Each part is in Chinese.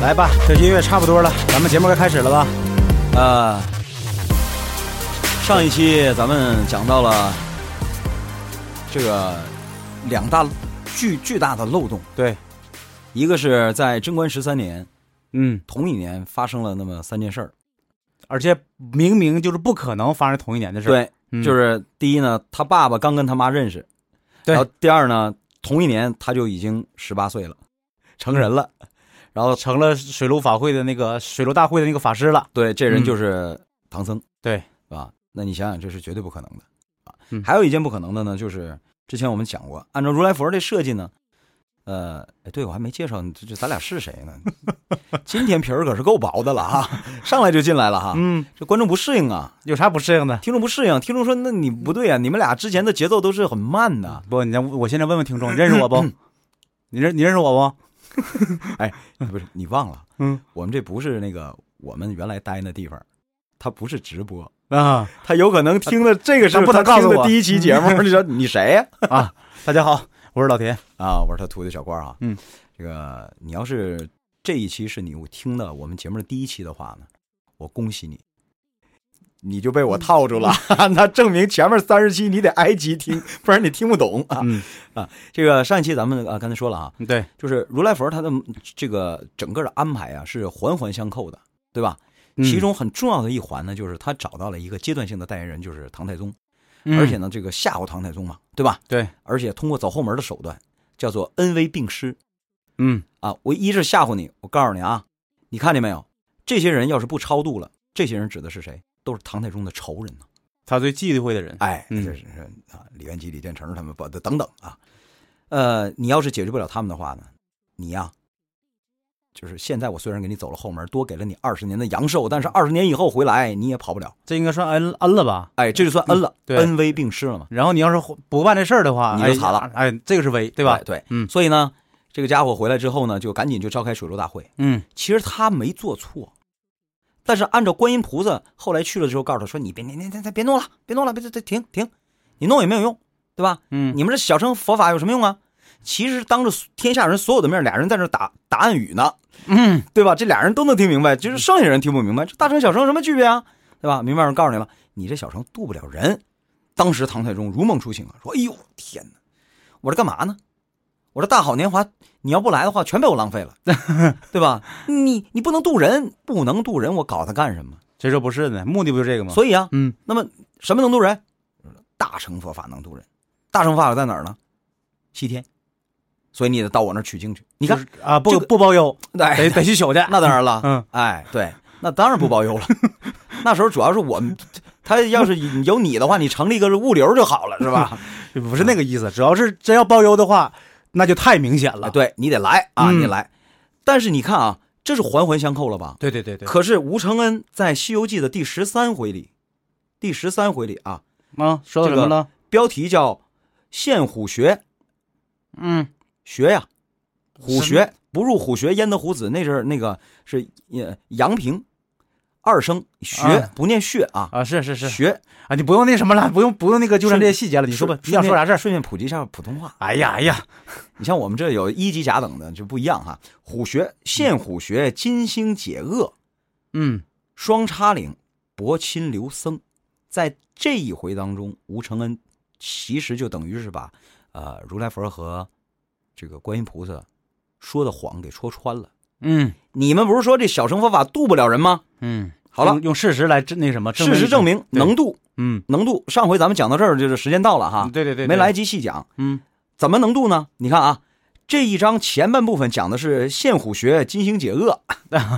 来啊吧，这音乐差不多了，咱们节目该开始了吧？呃，上一期咱们讲到了这个两大巨巨大的漏洞，对，一个是在贞观十三年，嗯，同一年发生了那么三件事儿。而且明明就是不可能发生同一年的事儿，对，嗯就是第一呢，他爸爸刚跟他妈认识，对然后第二呢，同一年他就已经十八岁了，成人了。然后成了水陆法会的那个水陆大会的那个法师了。对，这人嗯就是唐僧，对，是吧？那你想想，这是绝对不可能的啊。嗯还有一件不可能的呢，就是之前我们讲过，按照如来佛这设计呢，呃，哎对我还没介绍，这这咱俩是谁呢？ 今天皮儿可是够薄的了啊，上来就进来了哈，嗯，这观众不适应啊，有啥不适应的？听众不适应，听众说那你不对啊，你们俩之前的节奏都是很慢的，不，你让我现在问问听众，你认识我不？你认你认识我不？哎不是你忘了， 嗯，我们这不是那个我们原来待那地方，它不是直播，啊，他有可能听的这个是他不能他听告诉的我嗯第一期节目，你说你谁呀、大家好，我是老田。啊，我是他徒弟小官啊。嗯，这个你要是这一期是你听的我们节目的第一期的话呢，我恭喜你，你就被我套住了。嗯 那证明前面三十期你得挨集听，不然你听不懂啊。嗯啊，这个上一期咱们啊刚才说了啊，对，就是如来佛他的这个整个的安排啊是环环相扣的，对吧？嗯其中很重要的一环呢，就是他找到了一个阶段性的代言人，就是唐太宗。嗯，而且呢，这个吓唬唐太宗嘛，对吧？对，而且通过走后门的手段，叫做恩威并施嗯，啊。我一是吓唬你，我告诉你啊，你看见没有？这些人要是不超度了，这些人指的是谁？都是唐太宗的仇人呢、他最忌讳的人，哎，嗯这是啊，李元吉、李建成他们不等等啊。呃，你要是解决不了他们的话呢，你呀、就是现在我虽然给你走了后门，多给了你二十年的阳寿，但是二十年以后回来你也跑不了。这应该算恩恩了吧？哎，这就算恩了，嗯对恩威并施了嘛。然后你要是不办这事儿的话，你就哎惨了哎，这个是违，对吧？对，嗯所以呢，这个家伙回来之后呢，就赶紧就召开水陆大会。嗯其实他没做错，但是按照观音菩萨后来去了之后告诉他说：“你别，你你你别弄了，别弄了，别别别停停，你弄也没有用，对吧？嗯，你们这小乘佛法有什么用啊？”其实当着天下人所有的面，俩人在这打打暗语呢，嗯，对吧？这俩人都能听明白，就是剩下人听不明白，这大乘小乘有什么区别啊？对吧？明白人告诉你了，你这小乘渡不了人。当时唐太宗如梦初醒啊，说：“哎呦天哪，我这干嘛呢？我这大好年华，你要不来的话，全被我浪费了， 对吧？你你不能渡人，不能渡人，我搞它干什么？谁说不是呢？目的不就这个吗？所以啊，嗯，那么什么能渡人？大乘佛法能渡人，大乘佛法在哪儿呢？西天。所以你得到我那儿取经去。你你看，啊，不这个不包邮，哎得得去取去。那当然了，嗯，哎，对，那当然不包邮了。 那时候主要是我们，他要是有你的话，你成立一个物流就好了，是 吧？不是那个意思，主要是真要包邮的话，那就太明显哎了。对你得来啊，嗯你来。但是你看啊，这是环环相扣了吧？对对对对可是吴承恩在《西游记》的第十三回里，第十三回里啊，啊，说到这什个么了？标题叫“献虎穴嗯，”，穴呀，虎什么穴不入虎穴焉得虎子？那是那个是呃杨平二声穴啊，不念穴啊，啊，是是是穴啊，你不用那什么了，不用不用那个纠缠这些细节了，你说吧，你想说啥事儿？顺便普及一下普通话。哎呀哎呀，你像我们这有一级甲等的就不一样哈。虎穴、现虎穴、金星解厄、嗯双叉岭、伯钦留僧，在这一回当中，吴承恩其实就等于是把呃如来佛和这个观音菩萨说的谎给戳穿了。嗯你们不是说这小乘佛法渡不了人吗？嗯，好了用，用事实来证那什么，事实证，明对能渡，嗯能渡。上回咱们讲到这儿，就是时间到了哈，对对嗯对，对没来，及细讲。嗯怎么能渡呢？你看啊，这一章前半部分讲的是献虎穴、金星解厄，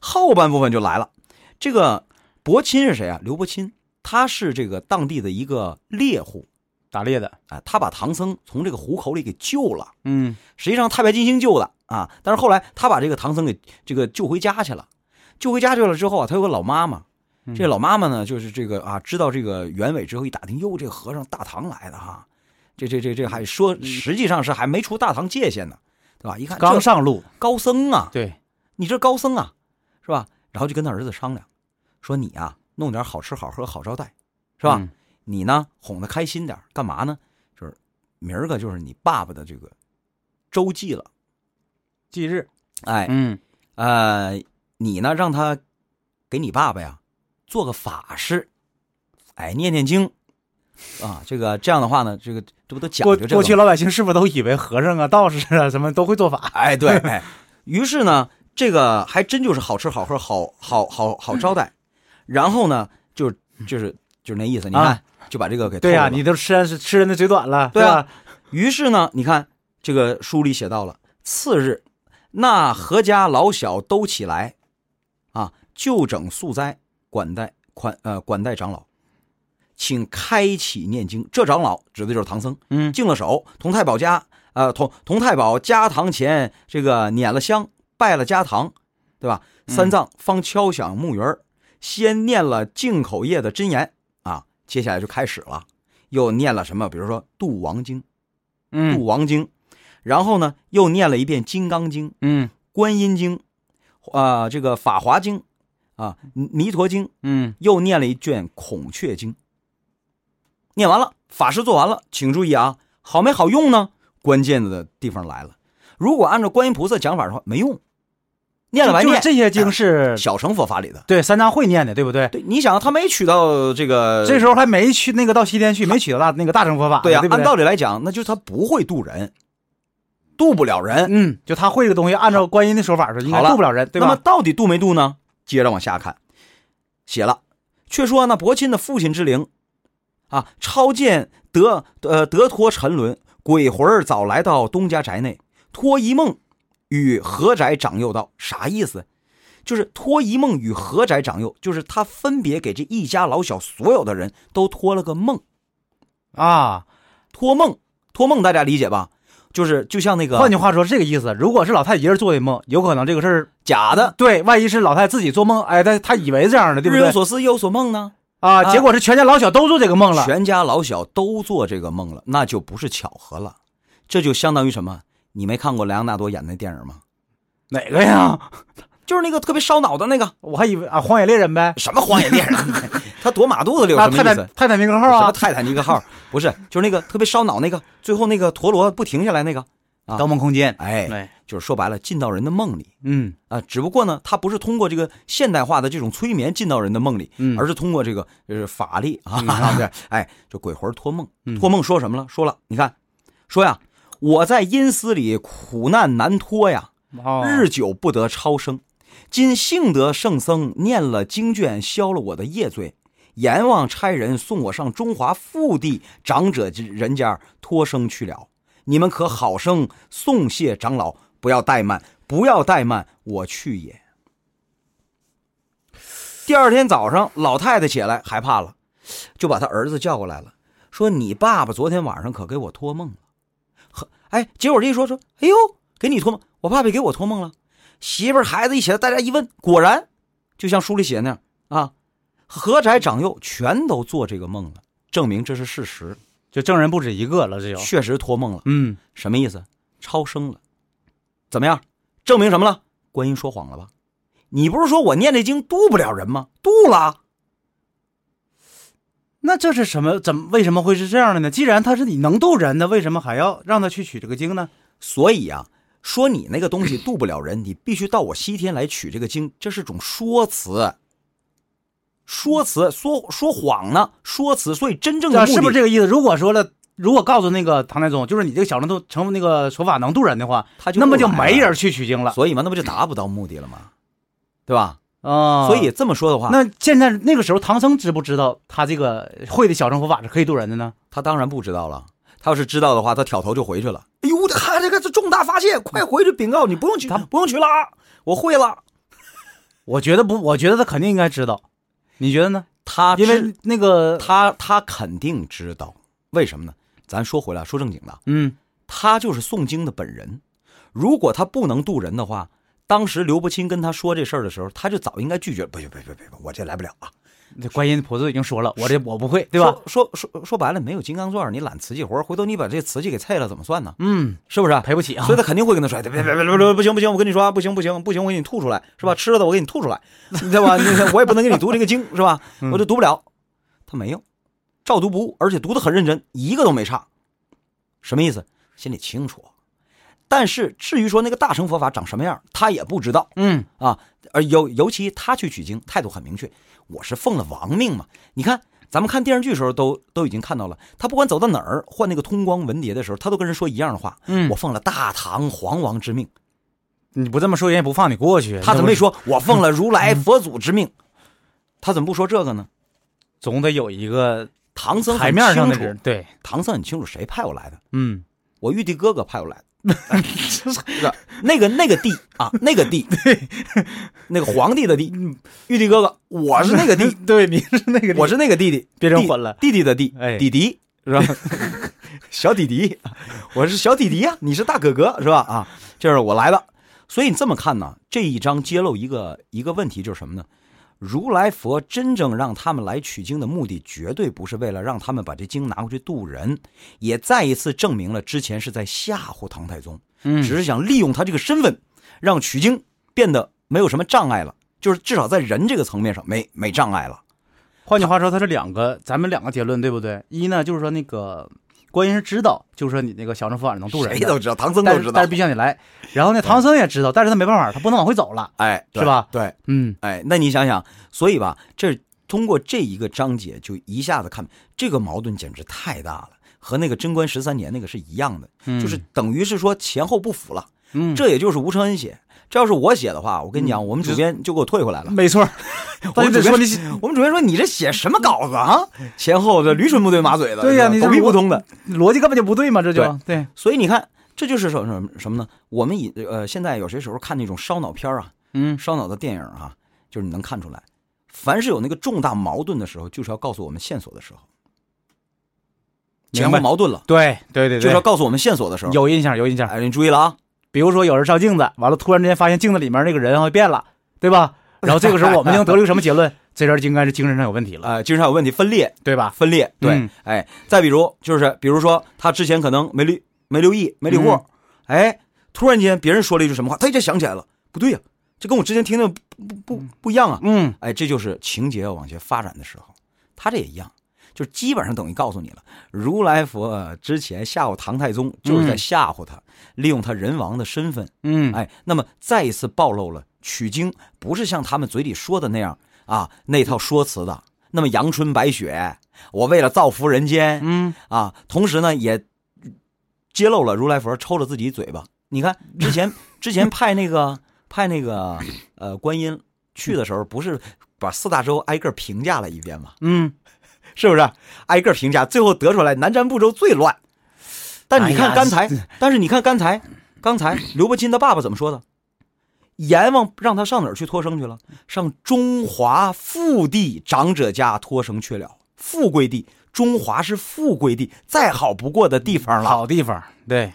后半部分就来了。这个伯钦是谁啊？刘伯钦，他是这个当地的一个猎户打猎的，啊，他把唐僧从这个虎口里给救了。嗯实际上太白金星救的啊，但是后来他把这个唐僧给这个救回家去了。救回家去了之后啊，他有个老妈妈，嗯这老妈妈呢，就是这个啊，知道这个原委之后一打听，哟，这和尚大唐来的哈，这这这这还说，实际上是还没出大唐界限呢，对吧？一看嗯刚这上路，高僧啊，对，你这高僧啊，是吧？然后就跟他儿子商量，说你啊，弄点好吃好喝好招待，是吧？嗯？你呢，哄他开心点儿，干嘛呢？就是明儿个就是你爸爸的这个周记了，忌日，哎，嗯呃，你呢让他给你爸爸呀做个法事，哎，念念经啊，这个这样的话呢，这个这不都讲过究这个过去吗？老百姓是不是都以为和尚啊、道士啊什么都会做法？哎，对，哎，于是呢，这个还真就是好吃好喝好好好好招待，然后呢，就就是就是那意思，你看、啊就把这个给对呀、呀、你都吃人吃人的嘴短了，对啊吧？于是呢，你看这个书里写到了，次日，那何家老小都起来，啊，就整素斋，管待款呃管待长老，请开启念经。这长老指的就是唐僧，嗯，敬了手，同太保家呃同同太保家堂前这个捻了香，拜了家堂，对吧？嗯三藏方敲响木鱼儿，先念了净口业的真言啊，接下来就开始了，又念了什么？比如说《度王经》。《度嗯王经》，然后呢又念了一遍《金刚经》《嗯观音经》啊、这个《法华经》啊，《弥弥陀经》，嗯，又念了一卷《孔雀经》。念完了，法师做完了，请注意啊，好没好用呢？关键的地方来了，如果按照观音菩萨讲法的话，没用，念了啊白就是念，这些经是、小乘佛法里的。对三藏会念的，对不对？对，你想他没取到这个，这时候还没去那个到西天去，没取到大那个大乘佛法呢，呃对呀、对不按对？道理来讲，那就是他不会渡人，渡不了人。嗯，就他会这个东西，按照观音的说法说，应该好了渡不了人，对那么吧？到底渡没渡呢？接着往下看，写了，却说那伯钦的父亲之灵，啊，超见得呃得脱沉沦，鬼魂儿早来到东家宅内，托一梦与何宅长幼道，啥意思？就是托一梦与何宅长幼，就是他分别给这一家老小所有的人都托了个梦，啊，托梦，托梦，大家理解吧？就是就像那个换句话说，这个意思，如果是老太一人做的梦，有可能这个事儿假的，对，万一是老太自己做梦，哎，她她以为这样的，对不日有对？所思，夜有所梦呢。啊，啊结果是全家老小都做这个梦了，全家老小都做这个梦了，那就不是巧合了，这就相当于什么？你没看过莱昂纳多演那电影吗？哪个呀？就是那个特别烧脑的那个我还以为啊，荒野猎人呗，什么荒野猎人， 他躲马肚子里有啊，什么泰坦意思？泰坦尼克号什么啊，泰坦尼克号？不是，就是那个特别烧脑那个，最后那个陀螺不停下来那个，啊盗梦空间，哎，哎，就是说白了进到人的梦里嗯啊，只不过呢，他不是通过这个现代化的这种催眠进到人的梦里，嗯，而是通过这个就是法力 啊，嗯对，哎，这鬼魂托梦嗯，托梦说什么了？说了，你看，说呀，我在阴司里苦难难脱呀，哦日久不得超生。今幸得圣僧念了经卷，消了我的业罪，阎王差人送我上中华腹地长者之人家托生去了。你们可好生送谢长老，不要怠慢，不要怠慢，我去也。第二天早上，老太太起来害怕了，就把她儿子叫过来了，说：“你爸爸昨天晚上可给我托梦了。”呵，哎，结果这一说说，哎呦，给你托梦，我爸爸也给我托梦了。媳妇儿孩子一起来，大家一问，果然就像书里写的那样啊，何宅长幼全都做这个梦了，证明这是事实，就证人不止一个了，这就，确实托梦了。嗯，什么意思？超生了，怎么样？证明什么了？观音说谎了吧？你不是说我念这经渡不了人吗？渡了，啊那这是什么？怎么为什么会是这样的呢？既然他是你能渡人的，为什么还要让他去取这个经呢？所以啊，说你那个东西渡不了人， 你必须到我西天来取这个经，这是种说辞。说辞说说谎呢，说辞，所以真正的啊，目的是不是这个意思？如果说了，如果告诉那个唐太宗，就是你这个小乘渡成那个说法能渡人的话，他就那么不就来没了人去取经了所以嘛，那不就达不到目的了吗？对吧？啊。所以这么说的话，那现在那个时候，唐僧知不知道他这个会的小乘佛法是可以渡人的呢？他当然不知道了。他要是知道的话，他挑头就回去了。哎呦，他这个这重大发现，快回去禀告你，不用去，他不用去了啊，我会了。我觉得不，我觉得他肯定应该知道，你觉得呢？他因因为为那个，他他肯定知道，为什么呢？咱说回来，说正经的，嗯，他就是诵经的本人。如果他不能渡人的话，当时刘伯钦跟他说这事儿的时候，他就早应该拒绝。不行，不行，不行，不行我这来不了啊，这观音菩萨已经说了，我这我不会，对吧？？说说说说白了，没有金刚钻，你揽瓷器活，回头你把这瓷器给碎了，怎么算呢？嗯，是不是？赔不起啊所。以他肯定会跟他说：“哎别别别别别，不行不行，我跟你说啊，不行不行不行，我给你吐出来，是嗯吧？吃了的我给你吐出来， 对吧？你我也不能给你读这个经，是吧？嗯我就读不了。”他没有，照读不误，而且读得很认真，一个都没差。什么意思？心里清楚，但是至于说那个大乘佛法长什么样，他也不知道。嗯，啊，而尤尤其他去取经，态度很明确，我是奉了王命嘛。你看，咱们看电视剧的时候都都已经看到了，他不管走到哪儿，换那个通光文牒的时候，他都跟人说一样的话，嗯我奉了大唐皇王之命。你不这么说，人也不放你过去。他怎么那没不是？说我奉了如来佛祖之命？他怎么不说这个呢？总得有一个唐僧台很面上清的楚人，，对，唐僧很清楚谁派我来的，嗯，我玉帝哥哥派 我来的。那个那个帝啊，那个 帝，那个皇帝的帝，玉帝哥哥，我是那 个帝，，对，你是那个，我是那个弟弟，别弟人混了，弟弟的弟，哎弟弟 是吧？小弟弟，我是小弟弟呀、啊你是大哥哥是吧？啊，就是我来了。所以你这么看呢，这一章揭露一个一个问题，就是什么呢？如来佛真正让他们来取经的目的，绝对不是为了让他们把这经拿过去渡人，也再一次证明了之前是在吓唬唐太宗，嗯只是想利用他这个身份，让取经变得没有什么障碍了，就是至少在人这个层面上没没障碍了。换句话说，它是两个，咱们两个结论，对不对？一呢，就是说那个观音是知道，就是说你那个小乘佛法能渡人谁的，都知道，唐僧但都是知但道是。必须让你来。然后呢，唐僧也知道，但是他没办法，他不能往回走了。哎，对是吧对，嗯，哎，那你想想，所以吧，这通过这一个章节就一下子看这个矛盾简直太大了，和那个贞观十三年那个是一样的，就是等于是说前后不符了。嗯，这也就是吴承恩写，这要是我写的话，我跟你讲，我们主编就给我退回来了。没 错。我但们是得主说编你，我们主编说你这写什么稿子啊？前后的驴唇不对马嘴的，对呀是吧你这狗屁我不通的。逻辑根本就不对嘛，这就对，所以你看，这就是什么什么什么呢？我们以呃现在有些时候看那种烧脑片儿啊，嗯烧脑的电影啊，就是你能看出来，凡是有那个重大矛盾的时候，就是要告诉我们线索的时候，前明后白矛盾了，对对对就是要对，告诉我们线索的时候。有印象有印象。哎，你注意了啊，比如说有人照镜子，完了突然之间发现镜子里面那个人好像变了，对吧？然后这个时候我们就能得出一个什么结论？这人应该是精神上有问题了，呃，精神上有问题，分裂，对吧？分裂，对，嗯哎，再比如就是，比如说他之前可能没留没留意，没留过，嗯哎，突然间别人说了一句什么话，他一下想起来了，不对呀、这跟我之前听的不不不不一样啊，嗯，哎，这就是情节要往前发展的时候，他这也一样，就是基本上等于告诉你了，如来佛呃之前吓唬唐太宗，就是在嗯吓唬他，利用他人王的身份，嗯，哎，那么再一次暴露了取经不是像他们嘴里说的那样啊那套说辞的，那么阳春白雪，我为了造福人间，嗯，啊，同时呢也揭露了如来佛抽了自己嘴巴。你看之前之前派那个派那个呃观音去的时候，不是把四大洲挨个评价了一遍吗？嗯，是不是挨个评价？最后得出来南瞻部洲最乱。但你哎看呀刚才，但是你看刚才，刚才刘伯钦他爸爸怎么说的？阎王让他上哪儿去托生去了？上中华富地长者家托生去了，富贵地。中华是富贵地，再好不过的地方了，好地方，对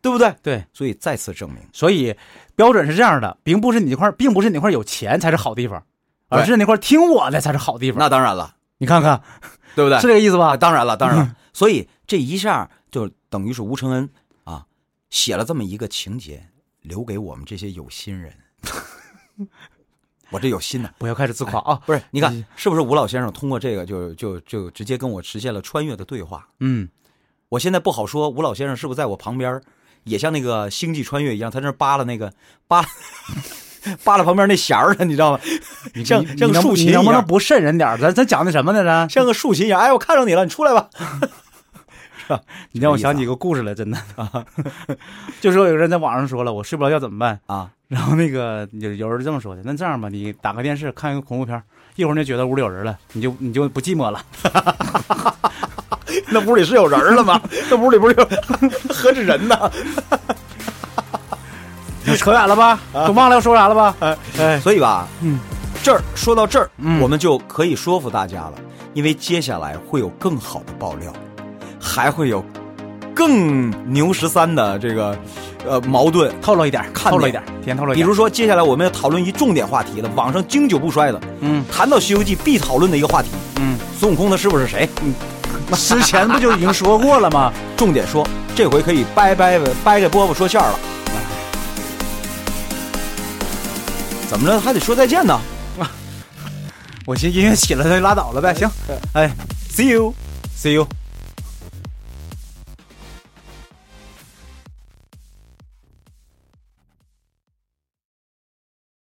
对不对？对，所以再次证明，所以标准是这样的，并不是你那块儿，并不是你那块儿有钱才是好地方，对而是那块儿听我的才是好地方。那当然了，你看看对不对？是这个意思啊，吧？当然了，当嗯然了。所以这一下就等于是吴承恩啊写了这么一个情节，留给我们这些有心人。我这有心呐、不要开始自夸啊！不是？你看是不是吴老先生通过这个就就就直接跟我实现了穿越的对话？嗯，我现在不好说，吴老先生是不是在我旁边儿，也像那个《星际穿越》一样，他那儿扒拉那个扒拉扒拉旁边那弦儿呢，你知道吗？像你像你个能竖不琴你一能不能样，不瘆人点儿？咱咱讲的什么呢？咱像个竖琴一样。哎，我看上你了，你出来吧。你让我想起一个故事来，真的啊，就是有人在网上说了，我睡不着觉怎么办？啊， 然后那个有有人这么说的，那这样吧，你打开电视看一个恐怖片儿，一会儿你就觉得屋里有人了，你就你就不寂寞了。 那屋里是有人儿 了吗？那屋里不是有 何止人呢？扯远了吧？啊都忘了要说啥了吧？哎，所以吧，嗯，这儿说到这儿，嗯我们就可以说服大家了，因为接下来会有更好的爆料，还会有更牛十三的这个呃矛盾。透露一点儿，看透露一点点儿，先透露一比点儿。如说，接下来我们要讨论一重点话题了，网上经久不衰的，嗯谈到《西游记》必讨论的一个话题，嗯。孙悟空他师傅是谁？之前不就已经说过了吗？重点说，这回可以掰掰掰开饽饽说馅儿了。怎么着还得说再见呢我寻思音乐起了，那就拉倒了呗。行，哎？See you。 ，see you。